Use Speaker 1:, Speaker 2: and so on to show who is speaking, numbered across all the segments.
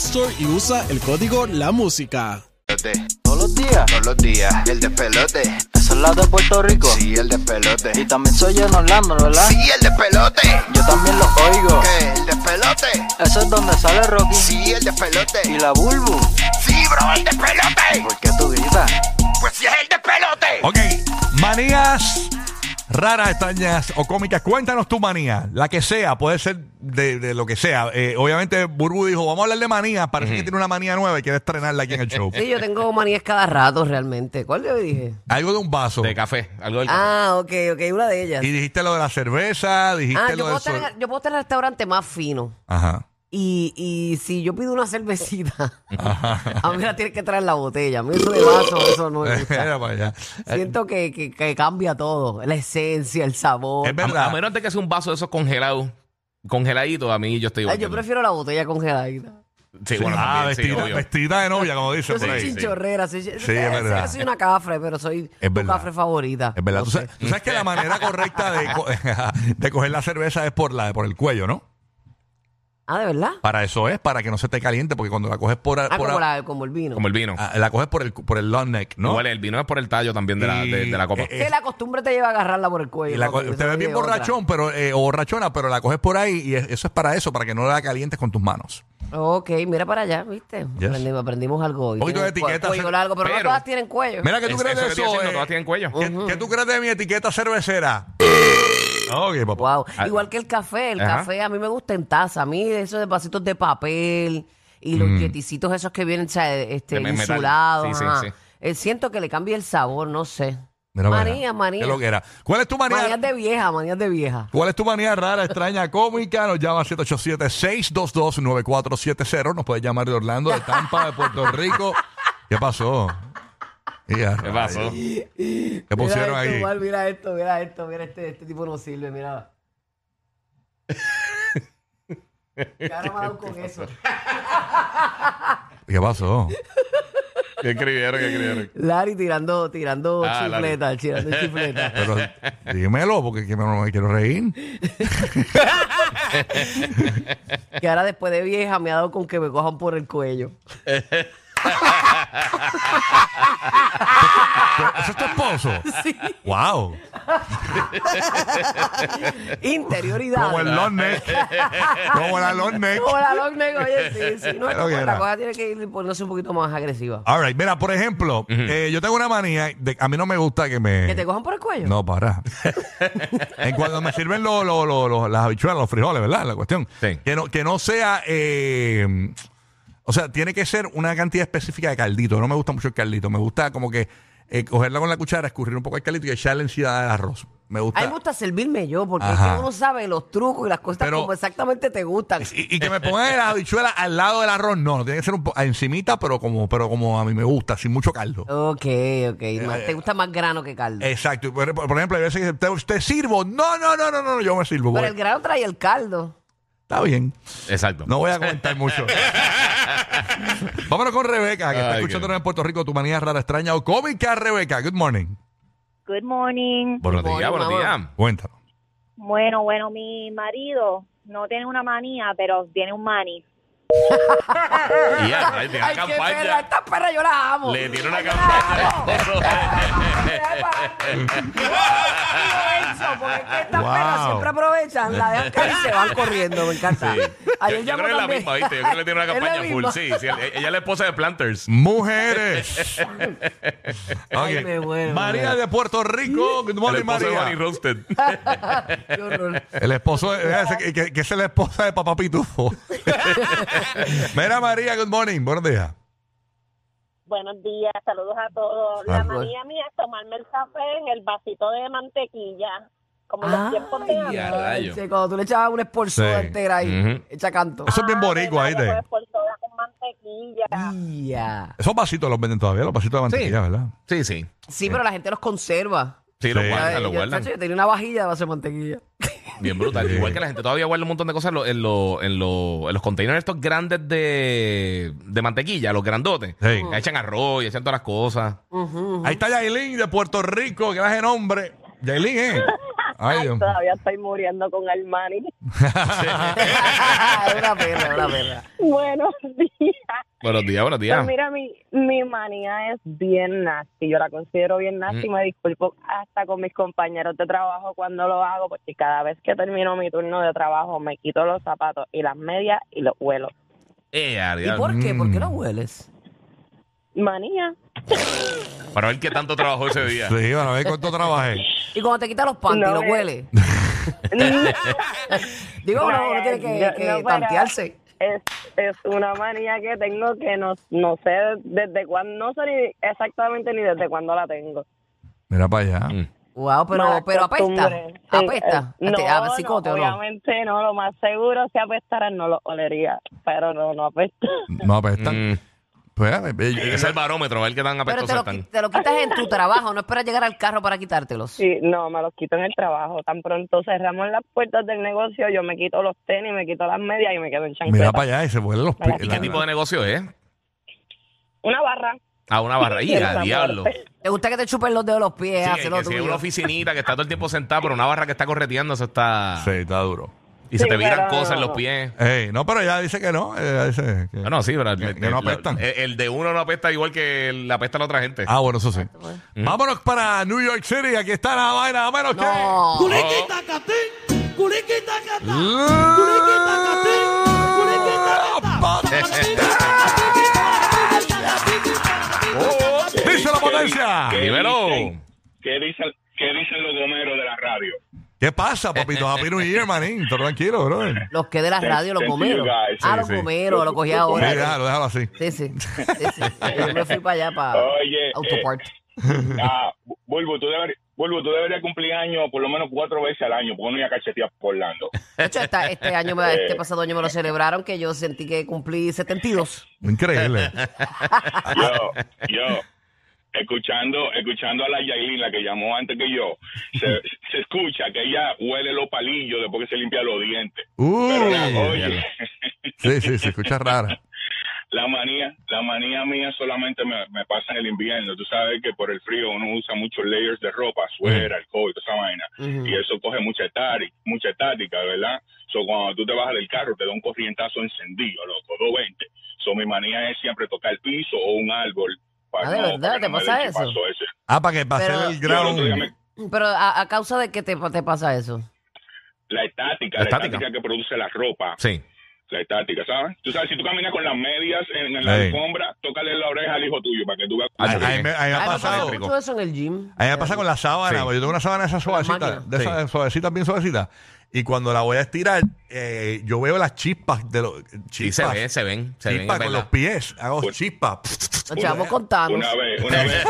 Speaker 1: Store y usa el código La Música.
Speaker 2: Todos los días,
Speaker 3: Todos los días, el despelote.
Speaker 2: eso es la de Puerto Rico.
Speaker 3: Sí, el despelote.
Speaker 2: Y también soy en Orlando, ¿verdad?
Speaker 3: Sí, el despelote.
Speaker 2: Yo también los oigo.
Speaker 3: ¿Qué? El despelote.
Speaker 2: Eso es donde sale Rocky
Speaker 3: Sí, el despelote.
Speaker 2: y la Bulbu.
Speaker 3: Sí, bro, el despelote.
Speaker 2: ¿Por qué tú gritas?
Speaker 3: Pues sí, es el despelote.
Speaker 4: Ok, manías raras, extrañas o cómicas. Cuéntanos tu manía, la que sea, puede ser de, de lo que sea. Eh, obviamente, Burbu dijo, vamos a hablar de manías. Parece que tiene una manía nueva y quiere estrenarla aquí en el show.
Speaker 5: Sí, yo tengo manías cada rato realmente. ¿Cuál yo dije?
Speaker 4: Algo de un vaso.
Speaker 6: De café, algo del café.
Speaker 5: Ah, ok, ok, una de ellas.
Speaker 4: Y dijiste lo de la cerveza, dijiste
Speaker 5: Ah, yo
Speaker 4: lo
Speaker 5: puedo,
Speaker 4: del
Speaker 5: estar
Speaker 4: sol.
Speaker 5: en, yo puedo estar en el restaurante más fino.
Speaker 4: Ajá.
Speaker 5: Y, y si yo pido una cervecita, a mí me la tienes que traer en la botella. A mí eso de vaso, eso no me gusta.
Speaker 4: Era para allá.
Speaker 5: Siento que, que- que cambia todo. La esencia, el sabor.
Speaker 4: Es
Speaker 6: A, a
Speaker 4: verdad.
Speaker 6: menos de que sea un vaso de esos congelados, congeladito, a mí yo estoy
Speaker 5: Ay, yo prefiero la botella congeladita.
Speaker 6: Sí, bueno,
Speaker 4: ah,
Speaker 6: también, sí,
Speaker 4: vestida,
Speaker 6: obvio.
Speaker 4: vestida de novia, como dice
Speaker 5: Yo
Speaker 4: por
Speaker 5: soy
Speaker 4: ahí.
Speaker 5: chinchorrera. Soy, eh,
Speaker 4: Sí, es verdad.
Speaker 5: soy una cafre, pero soy
Speaker 4: Es
Speaker 5: tu
Speaker 4: verdad.
Speaker 5: cafre favorita.
Speaker 4: Es verdad.
Speaker 5: No
Speaker 4: ¿Tú
Speaker 5: sé.
Speaker 4: sabes, tú sabes que la manera correcta de, co- de coger la cerveza es por, la, por el cuello, ¿no?
Speaker 5: Ah, ¿de verdad?
Speaker 4: Para eso es, para que no se te caliente, porque cuando la coges por, a-
Speaker 5: Ah,
Speaker 4: por
Speaker 5: como,
Speaker 4: a-
Speaker 5: la, como el vino.
Speaker 6: Como el vino.
Speaker 4: a- la coges por el, por el long neck, Ah, ¿no?
Speaker 6: No vale, el vino es por el tallo también de la,
Speaker 4: Y-
Speaker 6: de, de la copa.
Speaker 4: eh, eh,
Speaker 5: Que la costumbre te lleva a agarrarla por el cuello.
Speaker 4: y la
Speaker 5: papi,
Speaker 4: co-
Speaker 5: eso
Speaker 4: te
Speaker 5: no
Speaker 4: ves bien
Speaker 5: tiene otra.
Speaker 4: borrachón pero, eh, o borrachona, pero la coges por ahí y es- eso es para eso, para que no la calientes con tus manos.
Speaker 5: Ok, mira para allá, ¿viste? Aprendimos, aprendimos algo hoy.
Speaker 4: Un poquito de
Speaker 5: Tienen cua-
Speaker 4: etiqueta,
Speaker 5: Cuello
Speaker 4: se-
Speaker 5: largo, pero, no
Speaker 6: pero-
Speaker 5: todas tienen cuello.
Speaker 4: Mira, ¿qué tú
Speaker 6: Es-
Speaker 4: crees de
Speaker 6: eso
Speaker 4: eso?
Speaker 6: que estoy diciendo,
Speaker 4: eh?
Speaker 6: todas tienen cuello.
Speaker 4: ¿Qué, qué tú crees de mi etiqueta cervecera? ok, papá.
Speaker 5: Wow.
Speaker 6: Ah,
Speaker 5: Igual que el café. El
Speaker 6: ajá.
Speaker 5: café a mí me gusta en taza. A mí esos de vasitos de papel y
Speaker 4: Mm.
Speaker 5: los yeticitos esos que vienen o sea, este,
Speaker 6: De me- metal.
Speaker 5: insulados.
Speaker 6: Sí, sí,
Speaker 5: ajá.
Speaker 6: sí.
Speaker 5: Eh, siento que le cambia el sabor, no sé.
Speaker 4: Mira para allá.
Speaker 5: manía, manía.
Speaker 4: Qué lo que era. ¿Cuál es tu manía?
Speaker 5: Manías de vieja, manías de vieja.
Speaker 4: ¿Cuál es tu manía rara, extraña, cómica? Nos llama 787-622-9470. Nos puedes llamar de Orlando, de Tampa, de Puerto Rico. ¿Qué pasó? Ya,
Speaker 6: ¿Qué pasó?
Speaker 4: ¿Qué pusieron
Speaker 5: mira esto,
Speaker 4: ahí?
Speaker 5: Omar, mira esto, mira esto, mira este, este tipo no sirve, mira. ¿Qué ahora me ha dado con eso?
Speaker 4: ¿Qué pasó?
Speaker 6: ¿Qué escribieron? ¿Qué escribieron?
Speaker 5: Lari tirando, tirando
Speaker 6: Ah, Lari.
Speaker 5: chifleta, tirando chifleta.
Speaker 4: Pero dímelo, porque que me- no me quiero reír.
Speaker 5: que ahora después de vieja me ha dado con que me cojan por el cuello.
Speaker 4: ¿Eso es tu esposo?
Speaker 5: Sí.
Speaker 4: ¡Wow!
Speaker 5: Interioridad.
Speaker 4: Como el long neck. Como la long neck.
Speaker 5: Como la long neck, oye, sí, sí. No,
Speaker 4: Lo que
Speaker 5: la
Speaker 4: era.
Speaker 5: cosa tiene que ir poniéndose un poquito más agresiva.
Speaker 4: All right, mira, por ejemplo, eh, yo tengo una manía. de- a mí no me gusta que me.
Speaker 5: ¿Que te cojan por el cuello?
Speaker 4: No, para. en cuanto me sirven lo- lo- lo- lo- las habichuelas, los frijoles, ¿verdad? La cuestión.
Speaker 6: Sí.
Speaker 4: Que, no, que no sea. eh, o sea, tiene que ser una cantidad específica de caldito. No me gusta mucho el caldito. Me gusta como que eh, cogerla con la cuchara, escurrir un poco el caldito y echarle encima del arroz. Me
Speaker 5: A mí
Speaker 4: gusta.
Speaker 5: me gusta servirme yo, porque es
Speaker 4: Ajá.
Speaker 5: que uno sabe los trucos y las cosas
Speaker 4: Pero-
Speaker 5: como exactamente te gustan.
Speaker 4: Y, y que me pongan las habichuelas al lado del arroz. No, no tiene que ser un po- encimita, pero como, pero como a mí me gusta, sin mucho caldo.
Speaker 5: Ok, ok.
Speaker 4: Eh,
Speaker 5: Más- te gusta más grano que caldo.
Speaker 4: Exacto. Y Por, por ejemplo, hay veces que te, te sirvo. No, no, no, no, no, no, yo me sirvo.
Speaker 5: Pero
Speaker 4: voy.
Speaker 5: el grano trae el caldo.
Speaker 4: Está bien.
Speaker 6: Exacto.
Speaker 4: No voy a comentar mucho. Vámonos con Rebeca, que está
Speaker 6: Ay,
Speaker 4: escuchándonos en Puerto Rico, tu manía rara, extraña o cómica, Rebeca. Good morning.
Speaker 7: Good morning.
Speaker 6: Buenos
Speaker 5: Good
Speaker 6: días,
Speaker 5: morning,
Speaker 6: buenos
Speaker 5: mamá.
Speaker 6: días.
Speaker 4: Cuéntanos.
Speaker 7: Bueno, bueno, mi marido no tiene una manía, pero tiene un maní.
Speaker 6: Y ya, ahí tiene una
Speaker 5: Ay, qué perra,
Speaker 6: campaña.
Speaker 5: esta perra yo la amo.
Speaker 6: Le tiene una
Speaker 5: Ay, yo la amo. Porque es que estas
Speaker 4: Wow.
Speaker 5: perras siempre aprovechan, la dejan caer y se van corriendo, me encanta.
Speaker 6: Yo,
Speaker 5: Ayer
Speaker 6: yo
Speaker 5: llamó
Speaker 6: creo que es la
Speaker 5: también-
Speaker 6: misma, ¿viste? Yo creo que le tiene una
Speaker 5: Es la
Speaker 6: campaña full.
Speaker 5: misma.
Speaker 6: Sí, sí, el- ella es la esposa de Planters.
Speaker 4: Mujeres.
Speaker 5: Ay,
Speaker 4: Ok.
Speaker 5: me muero,
Speaker 4: María
Speaker 5: me
Speaker 4: de Puerto Rico. Good
Speaker 6: El
Speaker 4: morning,
Speaker 6: esposo de Bunny
Speaker 4: María.
Speaker 6: Roasted.
Speaker 5: Qué horror.
Speaker 4: El esposo, de- ese que, que es la esposa de Papá Pitufo. Mira, María, good morning. Buenos días.
Speaker 7: Buenos días, saludos a todos. La
Speaker 4: Saludos.
Speaker 7: manía mía es tomarme el café en el vasito de mantequilla. como los tiempos de
Speaker 6: ya.
Speaker 7: antes.
Speaker 6: a rayo.
Speaker 5: che, cuando tú le echabas un esfuerzo
Speaker 4: Sí.
Speaker 5: entera ahí,
Speaker 6: Ujú.
Speaker 5: echa canto.
Speaker 4: Eso es bien
Speaker 7: Ah,
Speaker 4: boricua,
Speaker 7: verdad,
Speaker 4: ¿viste?
Speaker 7: los esforzados con mantequilla.
Speaker 5: Ya.
Speaker 4: Esos vasitos los venden todavía, los vasitos de mantequilla, ¿verdad?
Speaker 6: Sí, sí.
Speaker 5: Sí, pero la gente los conserva.
Speaker 6: Sí, lo
Speaker 4: Sí.
Speaker 6: guardan, lo
Speaker 5: yo,
Speaker 6: guardan.
Speaker 5: chacho, yo tenía una vajilla de base de mantequilla.
Speaker 6: Bien brutal.
Speaker 4: Sí.
Speaker 6: Igual que la gente todavía guarda un montón de cosas en, lo- en, lo- en lo- en los containers estos grandes de, de mantequilla, los grandotes.
Speaker 4: Sí.
Speaker 6: Le Echan arroz y echan todas las cosas.
Speaker 4: Ahí está Yailin de Puerto Rico, que hace nombre. Yailin, ¿eh? Ay, Dios.
Speaker 7: Todavía estoy muriendo con Armani.
Speaker 5: es una perra, es una perra.
Speaker 7: Buenos días.
Speaker 6: Buenos días, buenos días.
Speaker 7: Pues mira, mi, mi manía es bien nasty. Yo la considero bien nasty. Me disculpo hasta con mis compañeros de trabajo cuando lo hago, porque cada vez que termino mi turno de trabajo me quito los zapatos y las medias y los huelos.
Speaker 6: Eh, a
Speaker 5: ¿Y
Speaker 6: diablo.
Speaker 5: por qué? ¿Por qué no hueles?
Speaker 7: Manía.
Speaker 6: Para ver qué tanto trabajó ese día.
Speaker 4: Sí, bueno, a ver cuánto trabajé.
Speaker 5: Y cuando te quitas los panties,
Speaker 7: No,
Speaker 5: ¿lo
Speaker 7: eh.
Speaker 5: hueles? Digo,
Speaker 7: No,
Speaker 5: uno, uno tiene que,
Speaker 7: no,
Speaker 5: que
Speaker 7: no, pero-
Speaker 5: tantearse.
Speaker 7: Es, es una manía que tengo que no, no sé desde cuándo, no sé ni exactamente ni desde cuándo la tengo.
Speaker 4: Mira para allá.
Speaker 6: Mm.
Speaker 5: Wow, pero,
Speaker 7: Malas
Speaker 5: pero apesta.
Speaker 7: costumbres. Sí,
Speaker 5: Apesta.
Speaker 7: eh, no,
Speaker 5: Este, a psicote,
Speaker 7: no,
Speaker 5: ¿o no?
Speaker 7: obviamente no. Lo más seguro si apestara no lo olería, pero no, no apesta.
Speaker 4: No apesta.
Speaker 6: Mm.
Speaker 4: Pues, eh, eh,
Speaker 6: Ese es el barómetro, a ver qué tan
Speaker 5: Pero
Speaker 6: apestosos
Speaker 5: te lo,
Speaker 6: están.
Speaker 5: qui- te lo quitas en tu trabajo, no esperas llegar al carro para quitártelos.
Speaker 7: Sí, no, me los quito en el trabajo. Tan pronto cerramos las puertas del negocio, yo me quito los tenis, me quito las medias y me quedo en
Speaker 4: mira
Speaker 7: chancleta.
Speaker 4: para allá y se vuelven los pies.
Speaker 6: ¿Y qué Este tipo de negocio es?
Speaker 7: Una barra.
Speaker 6: A una barra. ¡Y
Speaker 7: El
Speaker 6: a
Speaker 7: tambor.
Speaker 6: diablo!
Speaker 5: ¿Te gusta que te chupen los dedos de los pies?
Speaker 6: Sí,
Speaker 5: hacer
Speaker 6: que,
Speaker 5: lo
Speaker 6: que si es una
Speaker 5: tuyo?
Speaker 6: oficinita que está todo el tiempo sentada, pero una barra que está correteando, eso está.
Speaker 4: Sí, está duro.
Speaker 6: Y se
Speaker 7: Sí,
Speaker 6: te viran
Speaker 7: pero-
Speaker 6: cosas en los pies.
Speaker 4: Ey, no, pero ella dice que no. ella dice que-
Speaker 6: Ah, No, no, sí, pero el,
Speaker 4: Que- que
Speaker 6: el-
Speaker 4: no
Speaker 6: el-
Speaker 4: apestan.
Speaker 6: el- el de uno no apesta igual que el- la apesta a la otra gente.
Speaker 4: Ah, bueno, eso sí.
Speaker 6: Mm.
Speaker 4: Vámonos para New York City. Aquí está la vaina, nada menos que.
Speaker 5: No.
Speaker 6: Oh.
Speaker 4: Dice la potencia.
Speaker 6: Dímelo.
Speaker 8: ¿Qué dicen, qué dicen los gomeros de la radio?
Speaker 4: ¿Qué pasa, papito? Happy New Year, manín. Todo tranquilo, bro. Sí,
Speaker 5: Los que de las radios, los
Speaker 8: thank you,
Speaker 5: comeros.
Speaker 8: guys.
Speaker 5: Ah,
Speaker 8: Sí,
Speaker 5: los
Speaker 8: sí.
Speaker 5: comeros, lo cogí ahora.
Speaker 4: déjalo, déjalo así.
Speaker 5: Sí, sí. sí, sí. Yo me fui para allá, para
Speaker 8: Oye, eh,
Speaker 5: Autopart.
Speaker 8: Ah, Bu- Bulbo, tú, deber- Bulbo, tú deberías cumplir años por lo menos cuatro veces al año, porque no iba a cachetear por Orlando.
Speaker 5: De hecho, esta- este año, me- este pasado año me lo celebraron que yo sentí que cumplí 72.
Speaker 4: Increíble.
Speaker 8: Yo, yo, escuchando, escuchando a la Yailin, la que llamó antes que yo, se, se escucha que ella huele los palillos después que se limpia los dientes. Pero,
Speaker 4: Uh,
Speaker 8: oye,
Speaker 4: sí, sí, se escucha rara.
Speaker 8: la manía, la manía mía solamente me, me pasa en el invierno. Tú sabes que por el frío uno usa muchos layers de ropa, suéter, alcohol, toda esa vaina.
Speaker 5: Ujú.
Speaker 8: y eso coge mucha estática, mucha estática, ¿verdad? So, cuando tú te bajas del carro, te da un corrientazo encendido, loco, 220. So, mi manía es siempre tocar el piso o un árbol. para
Speaker 5: Ah, ¿de verdad?
Speaker 8: para que
Speaker 5: ¿Te
Speaker 8: me dé
Speaker 5: pasa
Speaker 8: el
Speaker 5: eso?
Speaker 8: chipazo ese.
Speaker 4: Ah, para que pase
Speaker 5: Pero-
Speaker 4: el
Speaker 8: Yo el otro día
Speaker 4: ground.
Speaker 8: me-
Speaker 5: Pero a, a causa de que te, te pasa eso.
Speaker 8: La estática,
Speaker 6: La
Speaker 8: la
Speaker 6: estática.
Speaker 8: estática, que produce la ropa,
Speaker 6: Sí.
Speaker 8: la estática, ¿sabes? Tú sabes, si tú caminas con las medias en, en la
Speaker 4: Ey.
Speaker 8: alfombra, tócale la oreja al hijo tuyo para que tú veas.
Speaker 6: Ah,
Speaker 4: Ahí ahí me ahí me ha
Speaker 5: Ay, me pasa
Speaker 4: pasado.
Speaker 5: mucho eso en el gym.
Speaker 4: A mí me pasa con la sábana,
Speaker 6: Sí.
Speaker 4: porque yo tengo una sábana de esas
Speaker 5: Con las
Speaker 4: suavecitas,
Speaker 5: máquinas.
Speaker 4: de esas suavecitas, bien suavecitas, y cuando la voy a estirar, eh, yo veo las chispas de los
Speaker 6: Y se
Speaker 4: chispas,
Speaker 6: ven, se ven, se ven.
Speaker 4: chispas
Speaker 6: es
Speaker 4: con los
Speaker 6: verdad.
Speaker 4: pies, hago
Speaker 8: Pues-
Speaker 4: chispas.
Speaker 5: Nos llevamos con Thanos.
Speaker 8: Una vez, una vez.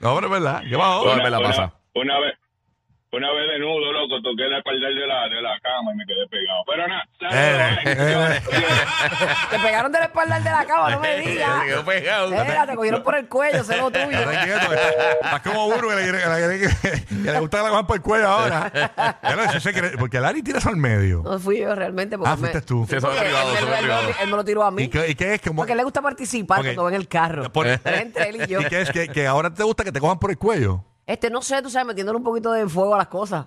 Speaker 4: no, pero es verdad, ¿qué pasó?
Speaker 6: Bueno. me la
Speaker 8: una-
Speaker 6: pasa.
Speaker 8: Una vez, una vez desnudo, loco, toqué la espalda de la, de la cama y me quedé pegado. Pero nada,
Speaker 4: Eh,
Speaker 8: ¿sabes?
Speaker 4: eh,
Speaker 5: Te pegaron de la espalda al de la cama, no me
Speaker 6: Se quedó
Speaker 5: digas.
Speaker 6: pegado.
Speaker 5: Espera, te cogieron por el cuello, eso es lo tuyo.
Speaker 4: Está quieto, está- estás como uno que le, quiere- que le quiere- que le gusta que la cojan por el cuello ahora. Ya lo sé, sé que le- porque Lari tira eso al medio.
Speaker 5: No fui yo realmente. Porque
Speaker 4: Ah, fuiste tú.
Speaker 5: Sí,
Speaker 6: Sí, eso es
Speaker 5: porque
Speaker 6: privado,
Speaker 5: él,
Speaker 6: eso
Speaker 5: me-
Speaker 6: es
Speaker 5: él me lo-
Speaker 6: privado.
Speaker 5: él me lo tiró a mí.
Speaker 4: ¿Y qué, y qué es? Como,
Speaker 5: Porque a él le gusta participar
Speaker 4: Ok.
Speaker 5: cuando va en el carro.
Speaker 4: Por-
Speaker 5: Entre él y yo.
Speaker 4: ¿Y qué es? Que, que ahora te gusta que te cojan por el cuello.
Speaker 5: Este, no sé, tú sabes, metiéndole un poquito de fuego a las cosas.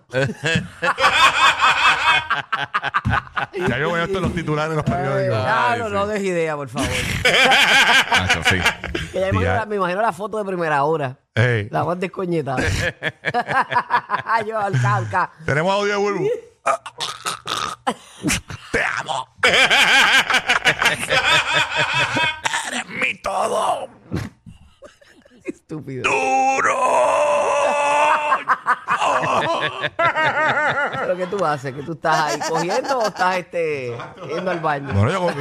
Speaker 4: Ya yo veo esto en los titulares de los periódicos.
Speaker 5: Ah,
Speaker 6: Ay,
Speaker 5: no,
Speaker 6: sí.
Speaker 5: no des idea, por favor.
Speaker 6: Ah, eso sí.
Speaker 5: Que ya me, imagino
Speaker 4: Ya.
Speaker 5: la, me imagino la foto de primera hora.
Speaker 4: Ey.
Speaker 5: La más descoñetada. yo, alca, alca.
Speaker 4: Tenemos audio de Bulbu. Te amo. Eres mi todo.
Speaker 5: Estúpido.
Speaker 4: Duro.
Speaker 5: ¿Pero qué tú haces? ¿Que tú estás ahí cogiendo o estás este, yendo al baño?
Speaker 4: No, no, yo como-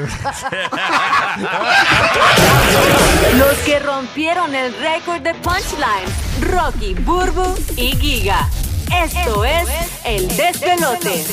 Speaker 9: Los que rompieron el récord de punchline
Speaker 5: Rocky, Burbu y Giga. Esto es El Despelote.